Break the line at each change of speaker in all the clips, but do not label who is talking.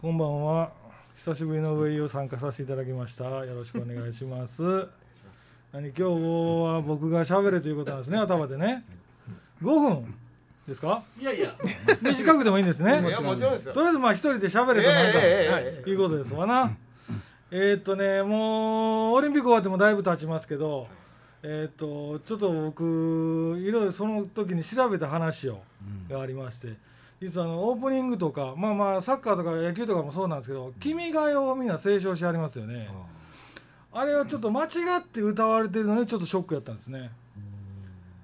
こんばんは。久しぶりの上を参加させていただきました。よろしくお願いします。何今日は僕が喋れということなんですね頭でね。5分ですか？
いやいや。
短くでもいいんですね。
いやもちろんですよ。
とりあえずまあ一人で喋れとなんか、えー、いうことですわな。えー、っとねもうオリンピック終わってもだいぶ経ちますけど。えーと、とちょっと僕いろいろその時に調べた話を、がありまして、うん、実はあのオープニングとかまあまあサッカーとか野球とかもそうなんですけど「君が代」をみんな斉唱してありますよね、うん、あれはちょっと間違って歌われてるのにちょっとショックやったんですね、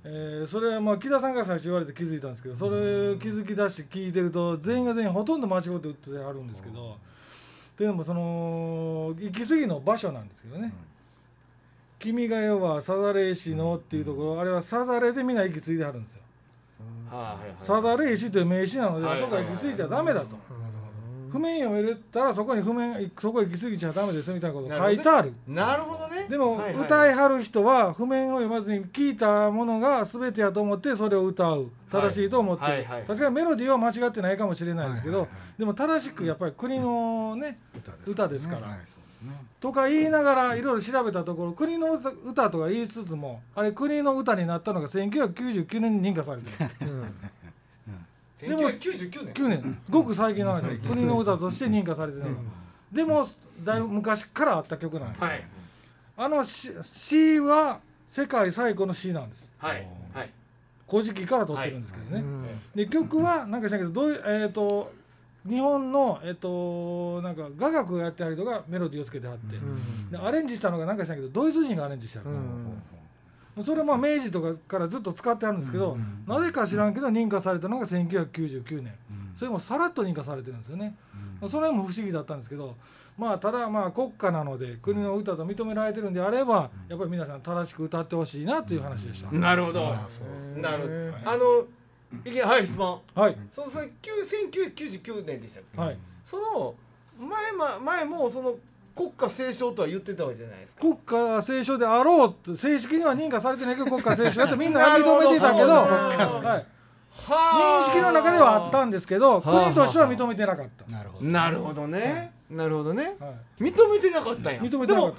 うん、えー、それはまあ木田さんから最初言われて気づいたんですけどそれ気づき出して聞いてると全員が全員ほとんど間違って打ってあるんですけど、っていうのもその行き過ぎの場所なんですけどね、「君が代」は「さざれ石の」っていうところ、うん、あれは「さざれ」でみんな息継いではるんですよ。さざれ石という名詞なので、はいはいはい、あそこは息継いちゃダメだと。譜面読めるったらそこに譜面そこ行き過ぎちゃダメですみたいなこと書いてある
なるほどね
でも、はいはい、歌いはる人は譜面を読まずに聞いたものが全てやと思ってそれを歌う正しいと思って、はいはいはい、確かにメロディーは間違ってないかもしれないですけど、はいはいはい、でも正しくやっぱり国のね、うん、歌ですから。とか言いながらいろいろ調べたところ国の歌とか言いつつもあれ国の歌になったのが1999年に認可されてる、
うん、でも1999年
,9 年ごく最近なんですよ国の歌として認可されてるのが、うん、でもだいぶ昔からあった曲なんです、はい、あの C は世界最古の C なんです、
はいはい、
古事記から取ってるんですけどね、はいはい、で曲はなんかしないけどどういうえっ、ー、と日本の、えっと、なんか雅楽をやってある人がメロディーをつけてはって、うんうん、アレンジしたのがなんかしたけどドイツ人がアレンジしてあるんですよ、うんうん、それまあ明治とかからずっと使ってあるんですけど、うんうん、なぜか知らんけど認可されたのが1999年、うん、それもさらっと認可されてるんですよね、うん、それも不思議だったんですけどまあただまあ国家なので国の歌と認められてるんであればやっぱり皆さん正しく歌ってほしいなという話でした、
なるほどなるほどあのいけはい質問
はい
そのその1999年でしたっけ、
はい、
その前ま前もその国家斉唱とは言ってたわけじゃないですか
国家斉唱であろうと正式には認可されてないけど国家斉唱だとみん な認めてたけどはい認識の中ではあったんですけど国としては認めてなかった
なるほどなるほどね、なるほどね、はい、認めてなかったんや
認めてなかった、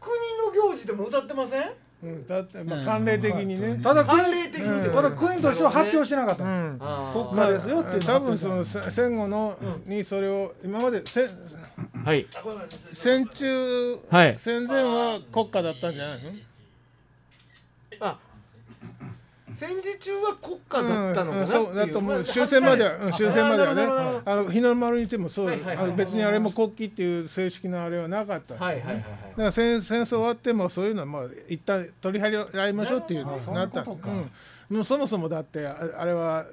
国の行事でも歌ってません
うん、だってまあ慣例的にね、うん
ただ慣例的に、うん、ただ国としては発表してなかったんですよ、うん、国家ですよっていう
多分その戦後のにそれを今まで戦,、
はい、
戦中、はい、戦前は国家だったんじゃないの
あ戦時中は国家だったのかな、うん、
そうだと思う終戦までは終戦まではねあの日の丸にいてもそう、はいはいはい、別にあれも国旗っていう正式なあれはなかった、
はいはいはいはい、だ
から戦戦争終わってもそういうのはまあ一旦取り払いましょうっていうのになったうん、もうそもそもだってあれは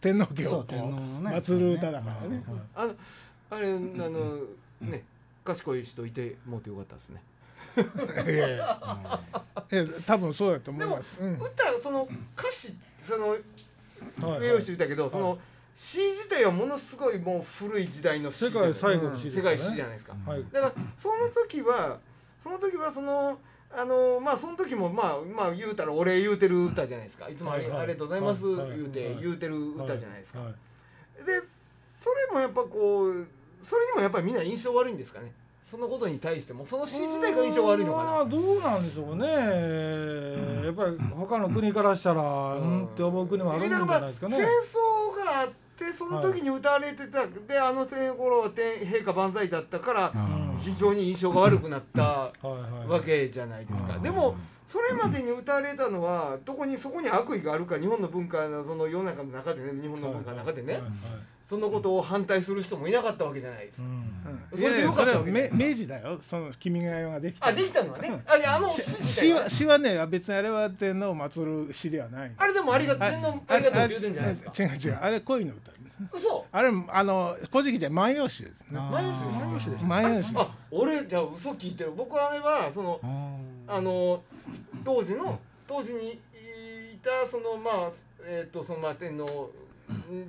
天皇家を 祭る歌だからね、ね、
あのあれあのね賢い人いてもうてよかったですね
いやいや、うん、多分そうだと思います。、
うん、歌その歌詞その栄養士言ったけど、はい、その、はい、詩自体はものすごいもう古い時代の
詩世界最後の詩、
ね、世界詩じゃないですか。はい、だからその時はその時はそのあのまあその時もまあまあ言うたらお礼言うてる歌じゃないですか。いつもあり,、ありがとうございます言うて、言うてる歌じゃないですか。でそれもやっぱこうそれにもやっぱりみんな印象悪いんですかね。そのことに対してもその詩自体が印象悪いのかな、まあ、
どうなんでしょうね、うん、やっぱり他の国からしたら、うん、うんって思う国もあるんじゃないですかね。
戦争があってその時に歌われてた、はい、であの戦頃は天陛下万歳だったから、うん、非常に印象が悪くなった、うん、わけじゃないですか。はいはい、でもそれまでに歌われたのはどこにそこに悪意があるか日本の文化のその世の中の中でね日本の文化の中でね。はいはいはいはいそのことを反対する人もいなかったわけじゃないです。うん
それでよかった明治だよ。その君が代ができた。
あ、できたのはね。あ、いやあの
詩は詩はね、別にあれは天皇を祀る詩ではない。
あれでもありが天皇ありがとう言うてんじゃないですか。違
う違う。あれ恋の歌。
嘘。
あれあの古事記じゃ万葉集ですね。
万葉集。万葉集
です。万葉集。
あ、俺じゃ嘘聞いてる。僕あれはそのあの当時の当時にいたそのまあえっ、ー、とそのまあ天皇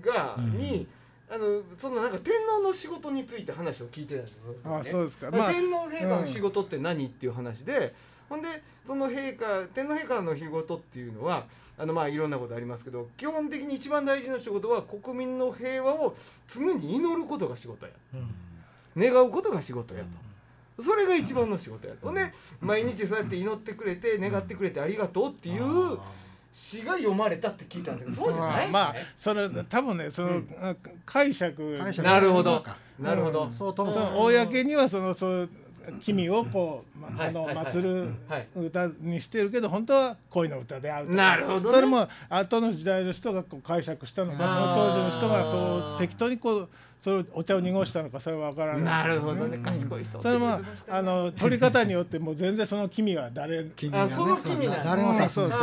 が、うん、に。あのそのなんか天皇の仕事について話を聞いてたんです、ね、
あそうですか、
まあ、天皇陛下の仕事って何、うん、っていう話でほんでその陛下天皇陛下の仕事っていうのはあのまあいろんなことありますけど基本的に一番大事な仕事は国民の平和を常に祈ることが仕事や。うん願うことが仕事やとそれが一番の仕事やと、ね毎日そうやって祈ってくれて願ってくれてありがとうっていう。詩が読まれたって聞いたんだけど、そうじゃない、ね、
まあそれ多分ねその、うん、解釈
なるほどなるほど、うん、
そうとも公にはそのそう君をこう、ま、あの、はいはい、祀る歌にしてるけど本当は恋の歌である
なるほど、
ね、それも後の時代の人がこう解釈したのかその当時の人がそう適当にこうそれをお茶を濁したのかそれは分からない、ね、
なるほどね賢い人、
うん、それもあの取り方によってもう全然その君は誰
君が、ね、その君が
誰もさ
そうそう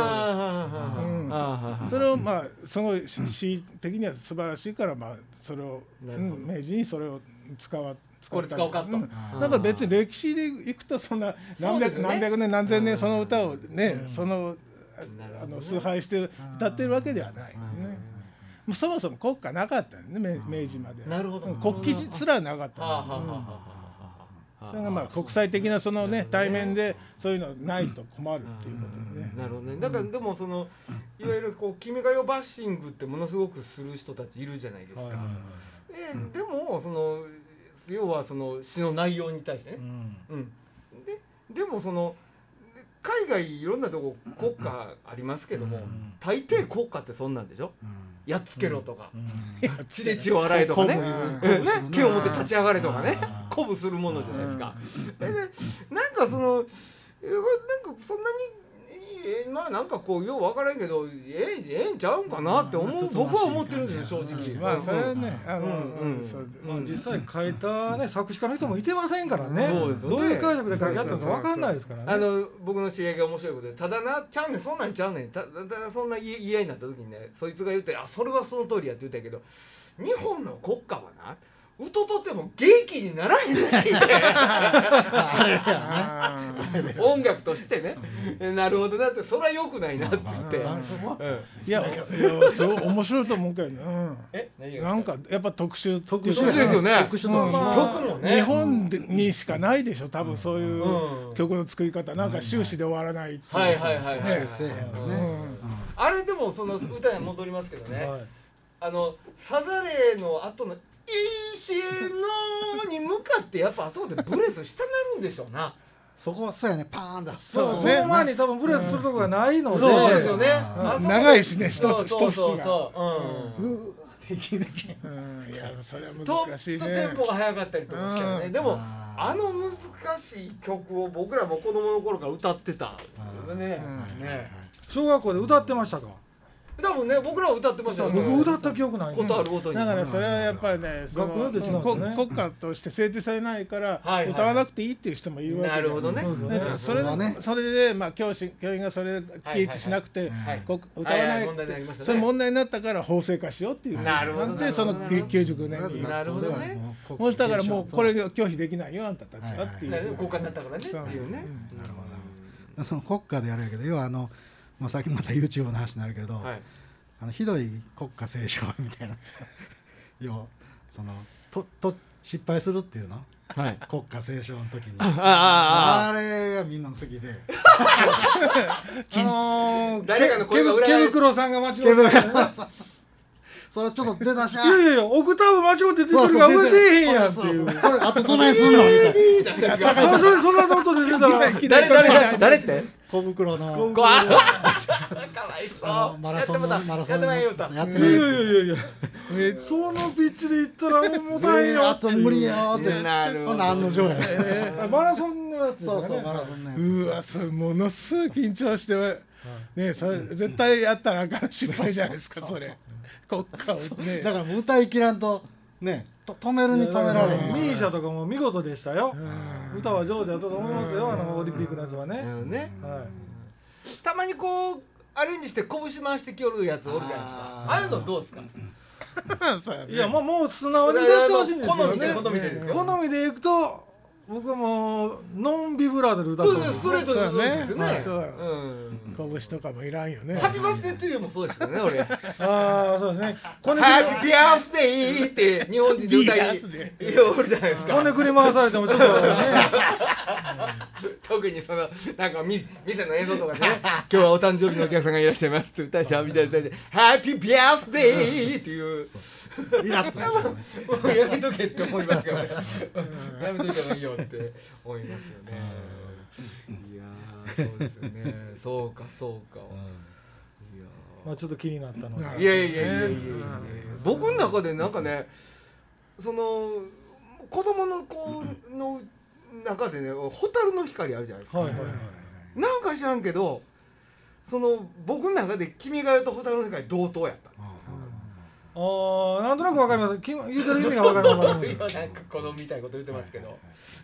それをまあすごい詩的には素晴らしいからまあそれを、うん、明治にそれを使わ
これ使おうかと、うん、
なんか別に歴史でいくとそんな何百,、何百年何千年その歌をね、うん、そのあの崇拝して歌ってるわけではない、ね、もうそもそも国家なかったね明治まで
なるほど、
国旗すらなかった、それがまあ国際的なそのね対面でそういうのないと困るっていうことね。
なるほどね。だからでもそのいわゆるこう君が代バッシングってものすごくする人たちいるじゃないですか。えでもその要はその詩の内容に対してね、うん、うん、ででもその海外いろんなとこ国家ありますけども、うん、大抵国家ってそんなんでしょ、うん、やっつけろとか、血で血を洗えとかね 剣、ね、を持って立ち上がれとかね鼓舞するものじゃないですか。でなんかそのなんかそんなにえー、まあなんかこうよう分からんけどええええんちゃうんかなって思う、僕は思ってるんですよ正直、
まあそれはねあの、
うんうんまあ、実際書いた、ね、作詞家の人もいてませんからねそうですねどういう解釈で書き合ったのか分かんないですからね
あの僕の知り合いが面白いことで「ただなちゃうねんそんなんちゃうねんただそんな嫌になった時にねそいつが言って「あそれはその通りや」って言ったけど日本の国家はなうととても元気にならへんね 音楽としてねなるほどだってそれはよくないなって言って、
いやそう面白いと思うけどね、うん、なんかやっぱ特集
特集ですよね
特集の、うんね、日本にしかないでしょ多分そういう曲の作り方、うん、なんか終始で終わらないっていう
はいはいはいはい、ね、あれでもその歌に戻りますけどね、はい、あのサザレーの後の石のに向かってやっぱあそこでブレスしたなるんでしょうな。
そこそうやねパーンだ
そうそう、ね、その前に多分ブレスするとこがないので、
そうですよね
長いしね一つ一つがそうそう
そううん、うん
できでき
うんいやそれは難しい
と
ね
テンポが速かったりとかしたよね、でもあの難しい曲を僕らも子供の頃から歌ってたね,、ね
小学校で歌ってましたか、
多分ね僕らは歌ってました
僕歌った記憶ない、
ね、ことあることに
だからそれはやっぱりねその、ね、国家として制定されないから歌わなくていいっていう人もいるわけ
なるほどね
それそれでまあ教師教員がそれ起立しなくて歌わないそれ問題になったから法制化しようっていう
なるほど
でその99年
になるほどね
もしだからもうこれ拒否できないよあんたたちはっていう
国家になったからねっていうね
なるほどその国家でやるやけど要はあのまあ、さっきまた YouTube の話になるけど、はい、あのひどい国家斉唱みたいな 要そのとと失敗するっていうの、はい、国家斉唱の時にあれがみんなの好きで
あのー、誰かの声が裏毛袋さんが間違って
それちょっと出だし
いやいやいやオクターブ間違って出てるから上出えへんやんっていう
それあとどないすんのみたいな
それそんなこと出てたら
誰誰誰って
小袋
小
の
袋かわい
そうマラソンのマラソ
や
ン
ってないいやいやいやいやそのピッチでいったらもう大変よ
あと無理よってなるほど案の定や
マラソンのやつ
そうそうマラソンのやつ
うわそれものすごい緊張してねそれ絶対やったらあかん失敗じゃないですかそれ国家をね
だからもう歌いきらんとねと止めるに止められ
ミーシャとかも見事でしたよ歌は上手だと思いますよあのオリンピックのやつはね、
ね、はい、たまにこうアレンジして拳回してきよるやつおるじゃないですかああいうのどうですか
いやもうもう素直に歌ってほしいんですけどね
好みで
好みでいくと僕はもうノンビブラートで歌
ってストレートで歌
ですよね、まあ、そううん拳とかもいらんよね
ハッピーバースデートゥーもそうですよね俺あ
あそうですね
こねハッピーバースデーって日本人で 歌いおるじゃないですか
こねくり回されてもちょっとね
特にそのなんかみ店の映像とかでね 今日はお誕生日のお客さんがいらっしゃいますって歌いしゃみたいなハッピーバースデーっていう
イラッとす
る、ね、やめとけって思いますからやめといてもいいよって思いますよねいやそうですよねそうかそうか、
いやまあちょっと気になったの
でいやいやいやいやいや、僕の中でなんかねその子供の子の中でね蛍の光あるじゃないですか、はいはいはい、なんか知らんけどその僕の中で「君が代」と「蛍の光」同等やったんですよ
あなんとなくわかります。言うてる意味がわかるわか
る。今なんか子供みたいなこと言ってますけど。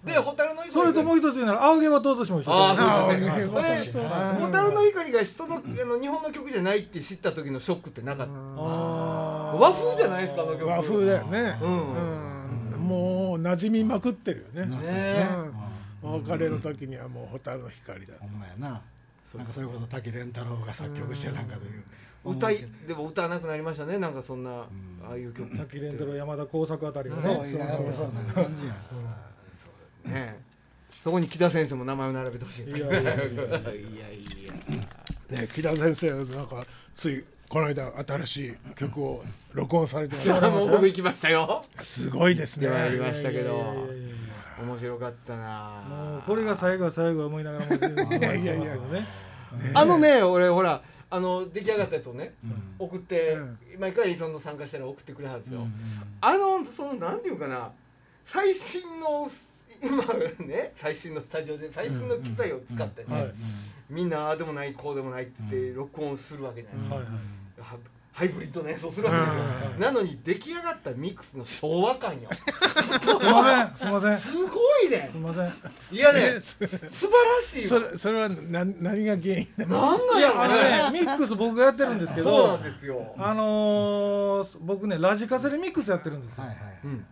で、蛍の光。
それともう一つ言うなら、青毛は尊しも一緒。
ああ、そうですね。蛍の光が人の、あの、日本の曲じゃないって知った時のショックってなかった。和風じゃないですか、あの曲。
和風だよね。うん。もう馴染みまくってるよね。ね。お別れの時にはもう蛍の光だ。
ほんまやな。なんかそれこそ滝蓮太郎が作曲してなんかという。
歌いでも歌わなくなりましたねなんかそんな、うん、ああいう曲
さっきレントロ山田耕作あたりがねそうそうそうそう
ねそこに木田先生も名前を並べてほしいいやいやいや
ね木田先生なんかついこの間新しい曲を録音されて
それも僕行きましたよ
すごいですね
やりましたけど面白かったな
もうこれが最後は最後思いながら
いやいやいや、ね、
あのね俺ほらあの出来上がったやつをね、うん、送って、うん、毎回その参加したら送ってくれはるんですよ、うんうん、あのそのなんていうかな最新の今ね最新のスタジオで最新の機材を使ってね、みんなああでもないこうでもないって言って録音するわけじゃないですか、うんはいはいハイブリッドの演奏するわけですよ。なのに出来上がったミックスの昭和感よ。
すみません、すみません。
すごいね。
すみません。
いやね、素晴らしい。
それそれは何何が原因
なんなん
やあのね、ミックス僕がやってるんですけど。
そうなんですよ。
あのー、僕ねラジカセでミックスやってるんですよ。はいはい。うん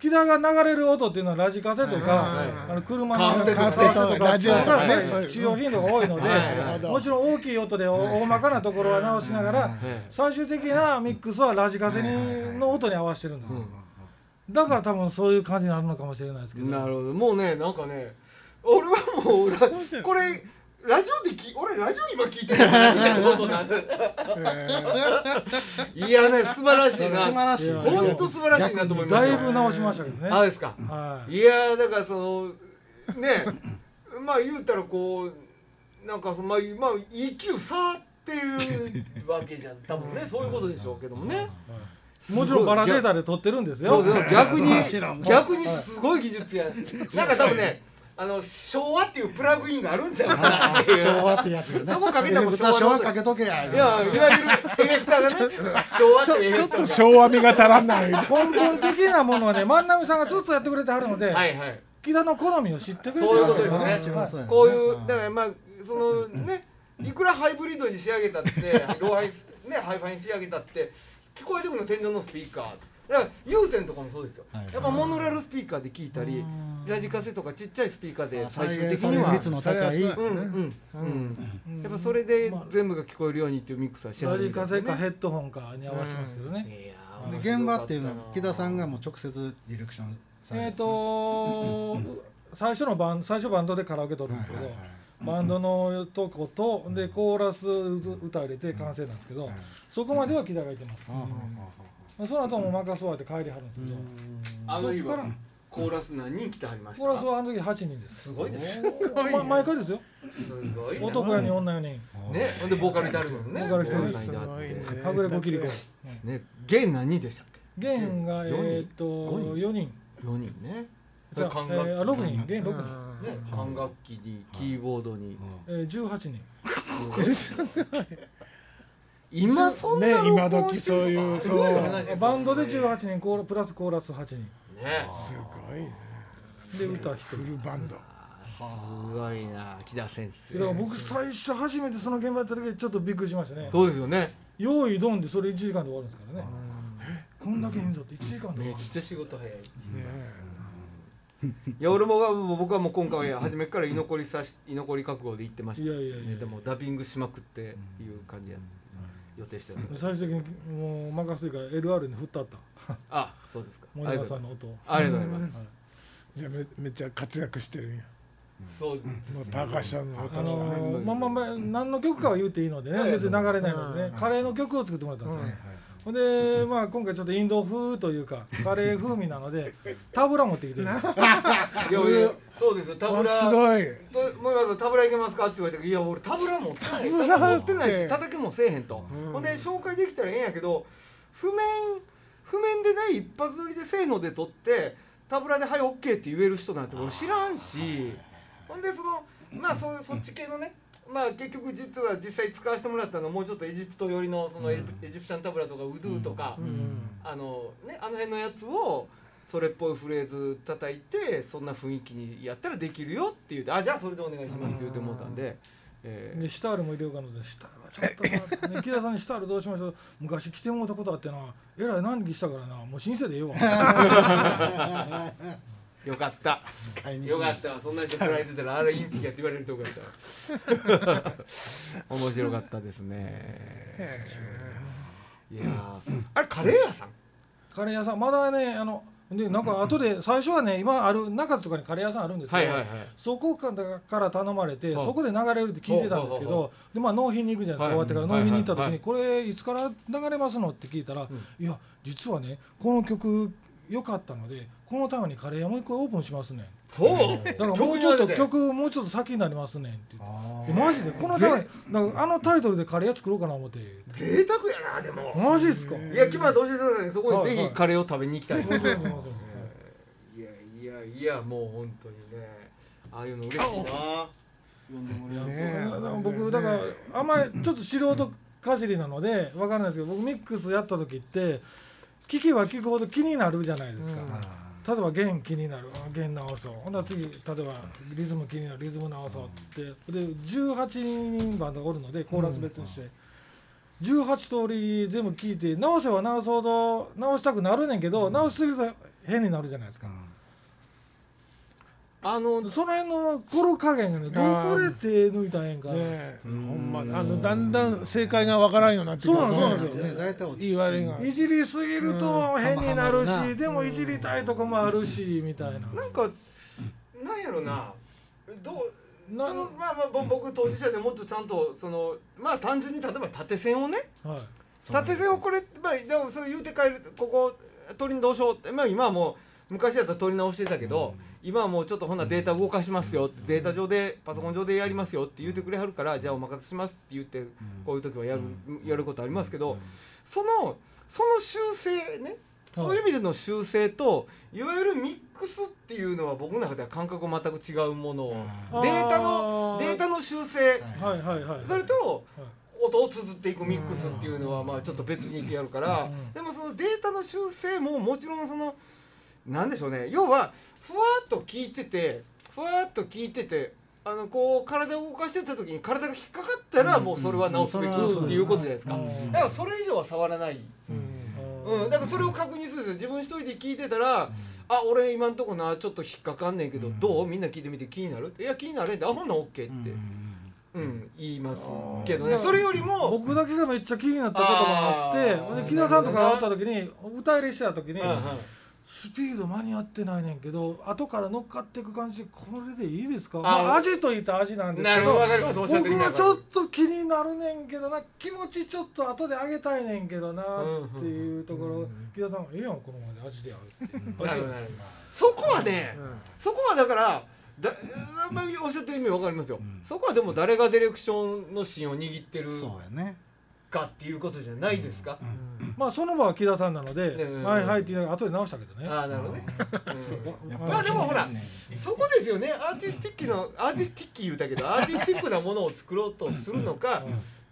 木田が流れる音っていうのはラジカセとか、あの車のカーセットとかラジオとかね使用頻度が多いので、もちろん大きい音で大まかなところは直しながら、最終的なミックスはラジカセにの音に合わせてるんですよ。だから多分そういう感じになるのかもしれないですけど。。
なるほど。もうねなんかね、俺はもうこれ。ラジオでき俺ラジオ今聞いてるみたいなことなんだ。 いやね素晴らしいな。
素晴らしい。
本当素晴らしいなと思います
だいぶ直しましたけどね。
あですか。はい。いやだからその ねまあ言うたらこうなんかそのまあまあ EQ 差って いうわけじゃん多分ねそういうことでしょうけどもね。
もちろんバラデータで撮ってるんですよ。
逆に 逆にすごい技術 や。なんか多分ね。あの昭和っていうプラグインがあるんじゃないかな っていう
昭和ってやつが
ねそこかけても
昭和昭和かけとけや
いやいわゆるエフェクターがね昭和って
ちょっと昭和味が足らんない
根本的なものはね万波さんがずっとやってくれてはるので
はいはい
木田の好みを知ってくれ
てるそういうことですね、はい、こういうだからまあそのねいくらハイブリッドに仕上げたってローハイねハイファイに仕上げたって聞こえてくるの天井のスピーカーだから有線とかもそうですよ、はいはい、やっぱモノラルスピーカーで聞いたりラジカセとかちっちゃいスピーカーで最終的には
率の高い、うん
うん、やっぱそれで全部が聞こえるようにっていうミックスはし
ラジカセかヘッドホンかに合わせますけどね、
うん、現場っていうのは木田さんがもう直接ディレクション
されえっ、ー、と最初のバン最初バンドでカラオケ撮るんですけど、はいはいはいバンドのとことでコーラス歌入れて完成なんですけど、そこまでは木田がいてます、うん、その後も任そうやって帰りはるんですけど、
あの日はコーラス何人来てはりました
コーラスはあの時8人です
すごいです、
ま、毎回ですよ
すごい
男4人女4人ね
ほんでボーカルいたるもんね
ボーカル1人すごいねはぐれこきりこ
ね現何人でしたっ
け現がえっと4人
4人ね
管楽器、えー、6人現6人
ね、管楽器にキーボードに、
えー、18人
今そんな
ね今時そういうそう
バンドで18人コープラスコーラス8人
ね
すごいね
で歌1人フ
ルバンド
すごいな木田先生
いや僕最初初めてその現場やった時ちょっとびっくりしましたね
そうですよね
用意ドンでそれ1時間で終わるんですからねこんだけ演奏って1時間で終わる
めっちゃ仕事早いねえいや俺も僕はもう今回は初めから居残りさし居残り覚悟で行ってました、ね、いやいやでもダビングしまくっていう感じや、予定して
最終的にもう任せるから LR に振ったった
あそうですか
モニターさんの音
ありがとうございます、はい、
じゃあめめっちゃ活躍してるんや
そうですね、
パーカッションの
音あのー、まあまあまあ何の曲かは言うていいのでね別に流れないのでね、カレーの曲を作ってもらったんですよ、ねほんで、まあ、今回ちょっとインド風というかカレー風味なのでタブラ持ってきてる
いやいやそうですよタブラ
すごい
と森村さんタブラいけますか?」って言われて「いや俺タブラ持ってないタブラ持ってないし叩きもせえへんと」ほんで紹介できたらええんやけど譜面譜面でない一発撮りでせーので撮ってタブラで「はいオッケーって言える人なんて俺知らんしほんでそのまあそそっち系のねまあ結局実は実際使わせてもらったのはもうちょっとエジプト寄りのそのエ,、ジプシャンタブラとかウドゥとか、あのねあの辺のやつをそれっぽいフレーズ叩いてそんな雰囲気にやったらできるよって言って「あじゃあそれでお願いします」って言って思ったんで。
えー、シタールも入れようかのでシタールはちょっと待って、ね、木田さんにシタールどうしましょう昔来てもうたことあってなえらい難儀したからなもう新生でええわ
よかったよかったそんな人食らえてたらあれインチキやって言われるとこやった面白かったですねいやあれカレー屋さん
カレー屋さんまだねあのでなんか後で最初はね今ある中津とかにカレー屋さんあるんですけど、そこから頼まれて、そこで流れるって聞いてたんですけど、でまあ納品に行くじゃないですか、終わってから納品に行った時に、これいつから流れますのって聞いたら、いや実はねこの曲良かったのでこのためにカレー屋もう一回オープンしますねだからもうちょっと曲もうちょっと先になりますねんって言ってマジでこのためだからあのタイトルでカレー屋作ろうかな思って
贅沢やなでも
マジっすか
いや今どうしてくださいそこにぜひカレーを食べに行きたいいやいやいやもう本当にねああいうの嬉しいな
僕だからあんまりちょっと素人かじりなので分からないですけど僕ミックスやった時って聞けば聞くほど気になるじゃないですか、例えば弦気になる弦直そうほんなら次例えばリズム気になるリズム直そうってで18人バンドがおるのでコーラス別にして。18通り全部聞いて直せば直すほど直したくなるねんけど、直しすぎると変になるじゃないですか、あのその辺の頃加減がねどこで手抜いたんやんかね
ほんまあのだんだん正解がわからんようになって
そうなんですよ、
ね、大体
いい悪いが
いじりすぎると変になるし、でもいじりたいとこもあるし、みたいな
なんかなんやろなどうなそのまあまあ僕当事者でもっとちゃんとそのまあ単純に例えば縦線をね、はい、縦線をこれまあでもそれ言うて帰るここ鳥にどうしようってまあ今はもう昔だったら取り直してたけど、今はもうちょっとほんなデータ動かしますよデータ上でパソコン上でやりますよって言うてくれはるからじゃあお任せしますって言ってこういう時はやるやることありますけどそのその修正ねそういう意味での修正といわゆるミックスっていうのは僕の中では感覚全く違うものデータのデータの修正それと音を綴っていくミックスっていうのはまあちょっと別にやるからでもそのデータの修正ももちろんその何でしょうね要はふわっと聞いててふわっと聞いててあのこう体を動かしてた時に体が引っかかったらもうそれは直すべきっていうことじゃないですかだからそれ以上は触らない、うん、だからそれを確認するんですよ自分一人で聞いてたら「あ俺今んとこなちょっと引っかかんねんけどどうみんな聞いてみて気になる?」いや気になれん」って「あほんなら OK」って。うん、言いますけどねそれよりも
僕だけがめっちゃ気になったこともあって木田さんとか会った時に歌入れしてた時にスピード間に合ってないねんけど後から乗っかっていく感じでこれでいいですかまあ、味といった味なんですけど僕はちょっと気になるねんけどな気持ちちょっと後で上げたいねんけどなっていうところ、木田さんは「ええやんこのままで味でやる」って
そこはね、そこはだからだあんまりおっしゃってる意味わかりますよ、そこはでも誰がディレクションの芯を握ってる
そうやね
かっていうことじゃないですか。
まあその場は木田さんなので、はいはいっていう後で直したけどね。
あなるほどね。まあでもほら、そこですよね。アーティスティックのアーティスティック言うたけど、アーティスティックなものを作ろうとするのか、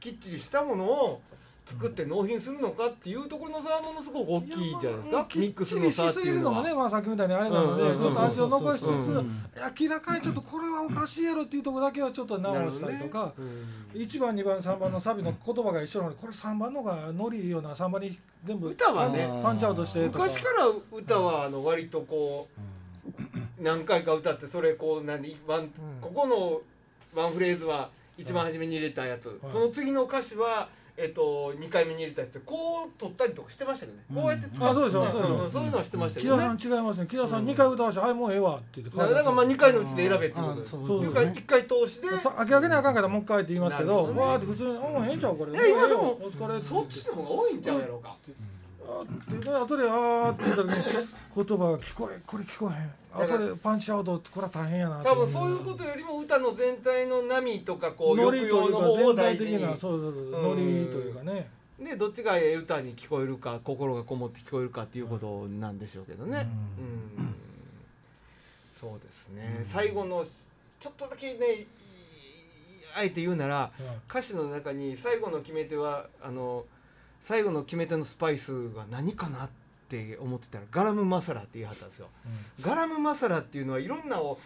きっちりしたものを作って納品するのかっていうところの差はものすごく大きいじゃないですか。ミックスの差っていうの
もね、まあさっきみたいにあれなので、ちょっと味を残しつつ、明らかにちょっとこれはおかしいやろっていうところだけはちょっと直したりとか、一番二番三番のサビの言葉が一緒なので、これ三番のがノリいいよな三番に全部
歌はね、
パンチアウトして
昔から歌はあの割とこう何回か歌ってそれこう何ワンここのワンフレーズは一番初めに入れたやつ、その次の歌詞は。えっと、2回目に入れたやつでこう取ったりとかしてましたけどね、こうやって使
あそうでしょ
ん
そうでしょ
んそういうのはしてました
木
け
田
ど
さ
ね
ん違いますね木田さん2回歌わして「はいもうええわ」って言って
だからだからまあ2回のうちで選べっていうこと
あ
です
そ
1
う
そう
で
だ
す
回
ね
一回通しで
さ明らかにあかんからもう一回って言いますけど
なるほどね
わーって普通に「うんええんちゃうこれ」
いや今でも
お疲れ」
そっちの方が多いんちゃうやろうか
あってね後で「あ」って言った時に言葉が聞こえこれ聞こえへん後でパンチアウトこれは大変やな
多分そういうことよりも歌の全体の波とかこう抑揚の方を
全
大
体
事
的
に
なそうそうそう
う
ノ
ん
リというかね
でどっちがええ歌に聞こえるか心がこもって聞こえるかっていうことなんでしょうけどね、うんそうですね、最後のちょっとだけねいあえて言うなら歌詞の中に最後の決め手はあの最後の決め手のスパイスが何かなって思ってたらガラムマサラって言いはったんですよ、ガラムマサラっていうのはいろんなを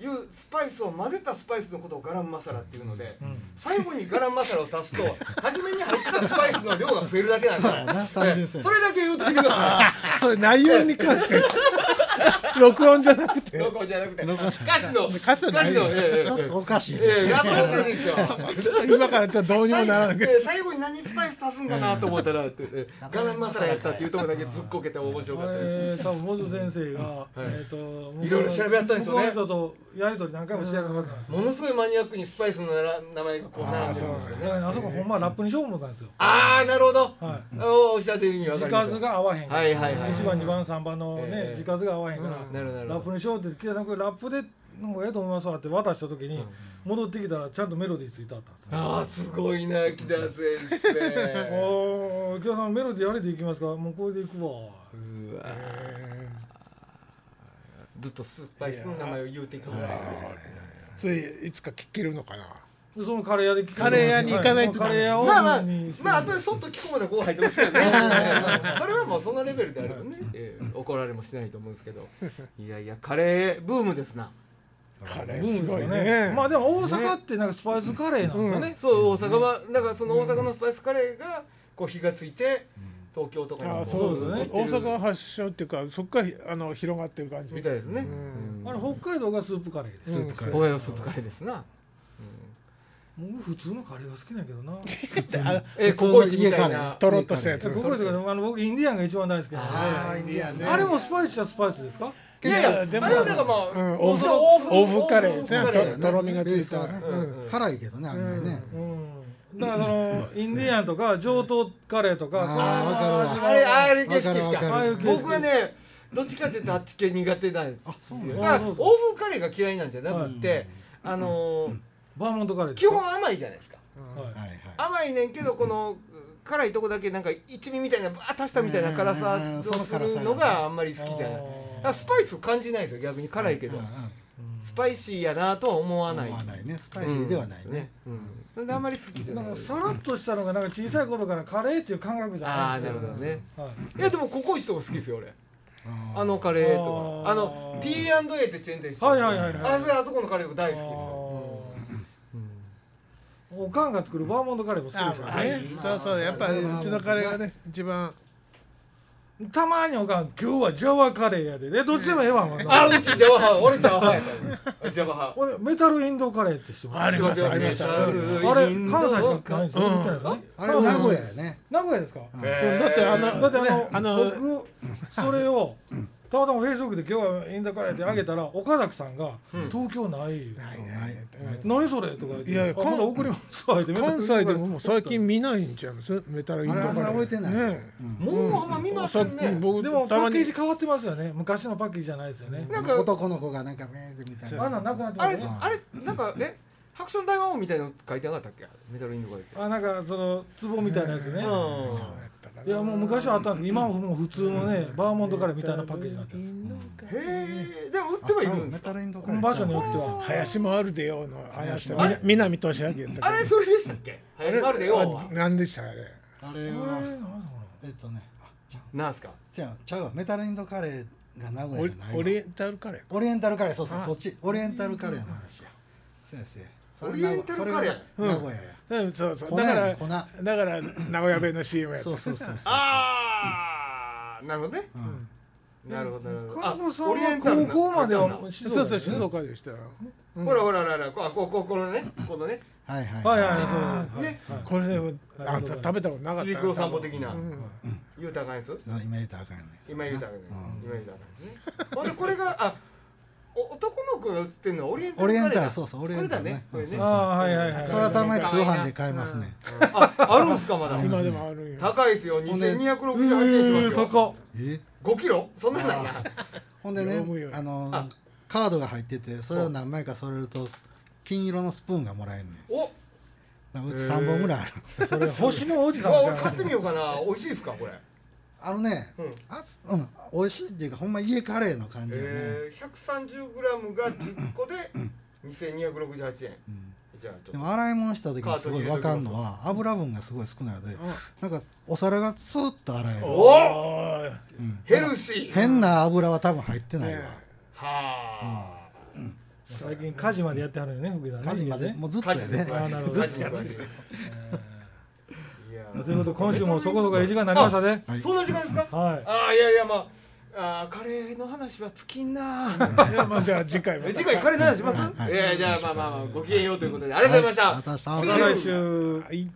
いうスパイスを混ぜたスパイスのことをガラムマサラっていうので、
うん
最後にガラムマサラを足すと初めに入ってたスパイスの量が増えるだけなんだ
そうやな単純性
それだけ言うといてくだ さ
それ内容に関して録音じゃなく
い
て
録音じゃな くて歌詞の
歌詞の
歌詞
内
の
容
ええええ
ちょっとおかしいね、
ええやっぱおかしいです よ
今からちょっとどうにも
最
ならな
後
い
ええ最後に何スパイス足すんかなと思ったらってええガラムマサラやったっていうところだけずっこけて面白
あ
かったです
れ多分モズ先生がえっと
いろいろ調べ合ったんでしょうね
向こうの人とやり取り何回もしやがったんですよ
ものすごいマニアックにスパイスのなら名前がこう並んでるんですよ
だか
ね
らねあそこほんまラップにしよう思ったんですよ
ああなるほど
はい
おっしゃってる意味わか
字
ります
数が合わへんから
はいはいはい
1番2番3番のね
ええ
字数が合わへんから
うんなるほどなるほど
ラップにしようって木田さんこれラップでの方がええと思いますわって渡した時に戻ってきたらちゃんとメロディーついてあったんですよ
ああすごいな木田先生
おー木田さんメロディーあれでいきますかもうこれでいくわ
うわずっとスパイスの名前を言うていくんだ
それいつか聞けるのかな
でそのカレー屋で聞く
カレー屋に行かない
は
と
そのカレー屋を
まあまあ
に
まああとでそっと聞くまでこう入ってますけどねそれはもうそのレベルであればね、えー怒られもしないと思うんですけどいやいやカレーブームですな
カ
ブ
レ
ー
ー
ムです
ご
す
い
よ
ね
ねまあでも大阪ってなんかスパイスカレーなんですよね
そう大阪はだからその大阪のスパイスカレーがこう火がついて東京とかに
あ
も
あそうですね
こ
大
う
阪発祥っていうかそっからあの広がってる感じ
みたいですね、
ん
あれ北海道がスープカレーです
う
よ
ん
カレー
おはようスープカレーですな、
僕普通のカレーが好きなんやけど な
あ
えー、ココイチみたいな
とろっとしたや
いや
つ
ここですけどあの僕インディアンが一番大好きなんで
ああインディアンね
あれもスパイスはスパイスですか
いやいや
でも
あれはだからまあ、
うん
オ
オ
ー
ー
ブ
ブ
オ
オ
ーブ
ーブ
カ
カ
レ
レ
ー
ー
で
ですす
ね
ね
カレー
とろみがついた
ベース
う
は
んうん
辛いけどねあんまりね、
うんだからそのインディアンとか上等カレーとかそういう
あーわかるわ
味
あれあれ景
わか
色
るわ
で
か
す
る
か
ああいう景色
僕はねどっちかっていうとあっち系苦手なんですよだか
あ
らオ
そう
ー
そう
ブンカレーが嫌いなんじゃなくて、あのー
バーモントカレーです
基本甘いじゃないですか
はい
はいはい
甘いねんけどこの辛いとこだけなんか一味みたいなバーッ足したみたいな辛さをするのがあんまり好きじゃないだからスパイス感じないですよ逆に辛いけど
うんうん
スパイシーやなとは思わない
思わないねスパイシーではないね、
うんなんであんまり好きじゃ
な
なんい
かさらっとしたのがなんか小さい頃からカレーっていう感覚じ
あ
ゃな
あ
い
なるほどね
はい
いやでもココイチとか好きですよ俺あのカレーとかあ
あー
の T&A ってチェーン店して
はいはいはいはい
あそれあそこのカレーとか大好きです
あ
よ
ーおかんが作るバーモントカレーも好き
あ
ですよ
まあね
ね
そうそうやっぱりうちのカレーがね一番
たまにおかん今日はジャワカレーやででどっちでもええわもう
あうちジャワ派俺ジャワ派やからジャワ派
俺メタルインドカレーって知ってます
ありましたありました
あれ関西しかないんですよみたいですね
あれ名古屋やね
名古屋ですか
うんだってあの
だってあの、
ねあの
僕それをたまたまフェイスブックで今日はインドカレーってあげたら岡崎さんが「東京ない」
そうない
何それ?」とか言って「
いやいや
あ今度送りますわ」って
関西でももう最近見ないんちゃいますメタルイン
あ
ド
れあ
カ
ん
レ
ま
ー
覚えてない、
ね
もうあんま見ません
さ
ね
僕
でもパ
たま
ッケー
に
ジ変わってますよね昔のパッケージじゃないですよね
なんか
男の子がなんかねみたい
あんな
な
んなくなって
あ
ま
れ
すね
あれなんかえ白書の大魔王みたいなの書いてなかったっけメタルインドカレーって
あなんかその壺みたいなやつね
うん
いやもう昔はあったんですけど今はもう普通のねバーモントカレーみたいなパッケージになってます
へえでも売っ
あ
てはいる
ちゃうん
で
メ
すか
タルインドカレー
場所によっては
林もあるでよの林と
あ
みな南俊明やった
あれそれでしたっけ流行りまるでよ
何でしたあれ
あれ
これ
は
なんだろ
えっとねあちゃう
なんすか
ちゃうちゃうわメタルインドカレーが名古
オ
屋
リ
じゃないわ
オリエンタルカレー
オリエンタルカレーそうそうそっちオリエンタルカレーの話やそうやそうやそれ名古
オリエンタルカレー
それが名古屋や
うんそうそう
粉
だか
やね
ら
粉
だから名古屋弁の CM やった
そうそうそうそう
ああなるほどね
うん
なるほどなるほど
金子さんは高校までは静
そうそう静岡でしたよ
ほらほらほらほらここここのねこのね
はいはい
はいいはいそう
ね
これでもあんた食べたことなかった
ちびくろ散歩的な言うたらあかんやつ
今言うたらあかんよね
今言うたらあかんやつ今言うたらあかんやつねほんでこれがあお男の子が映ってるのはオリエンタ
オ
ル
リエン
カレー
タ
だ
ルそうそうオ
こ
リエン
れ
タ
だ
ルね
ねこれね
ああはいはいはい
それはたまに
可
通
愛いな
販で買えますね
うんああるんすかまだ
うん
今でもあるんよ
高いですよ2268円しますよ
高
え
5キロそんなんないな
ほんでね
読むよ
あの
あ
カードが入っててそれを何枚か揃えると金色のスプーンがもらえるねん
お
だからうち3本ぐらいある
それ星の王子さん
わ
み
俺
た
買
い
ってみようかな美味しいですかこれ
あのね
うん
あつうん美味しいっていうかほんま家カレーの感じよね
えー、130g が10個で2268円、
ん
じゃあちょっ
で
と
も洗い物した時にすごい分かんのは油分がすごい少ないのでなんかお皿がスーッと洗える
お
ー
うん
ヘルシーは
変な油は多分入ってないわ
ね
あ、
最近家事までやってはるよね福井さんね
家事までもうずっとやね
ああなるほど
ずっとやってるいやー
ということで今週もそこそこええ時間になりましたね
はい
そんな時間ですか
はい
ああいやいやまああーカレーの話は尽きんなー
いやまあじゃあ次回また
え 次回カレーの話します、
はい
いやいやじゃあまあまあまあごきげんようということであ
あ
りがとうございました、
また明日
す
また来週
はい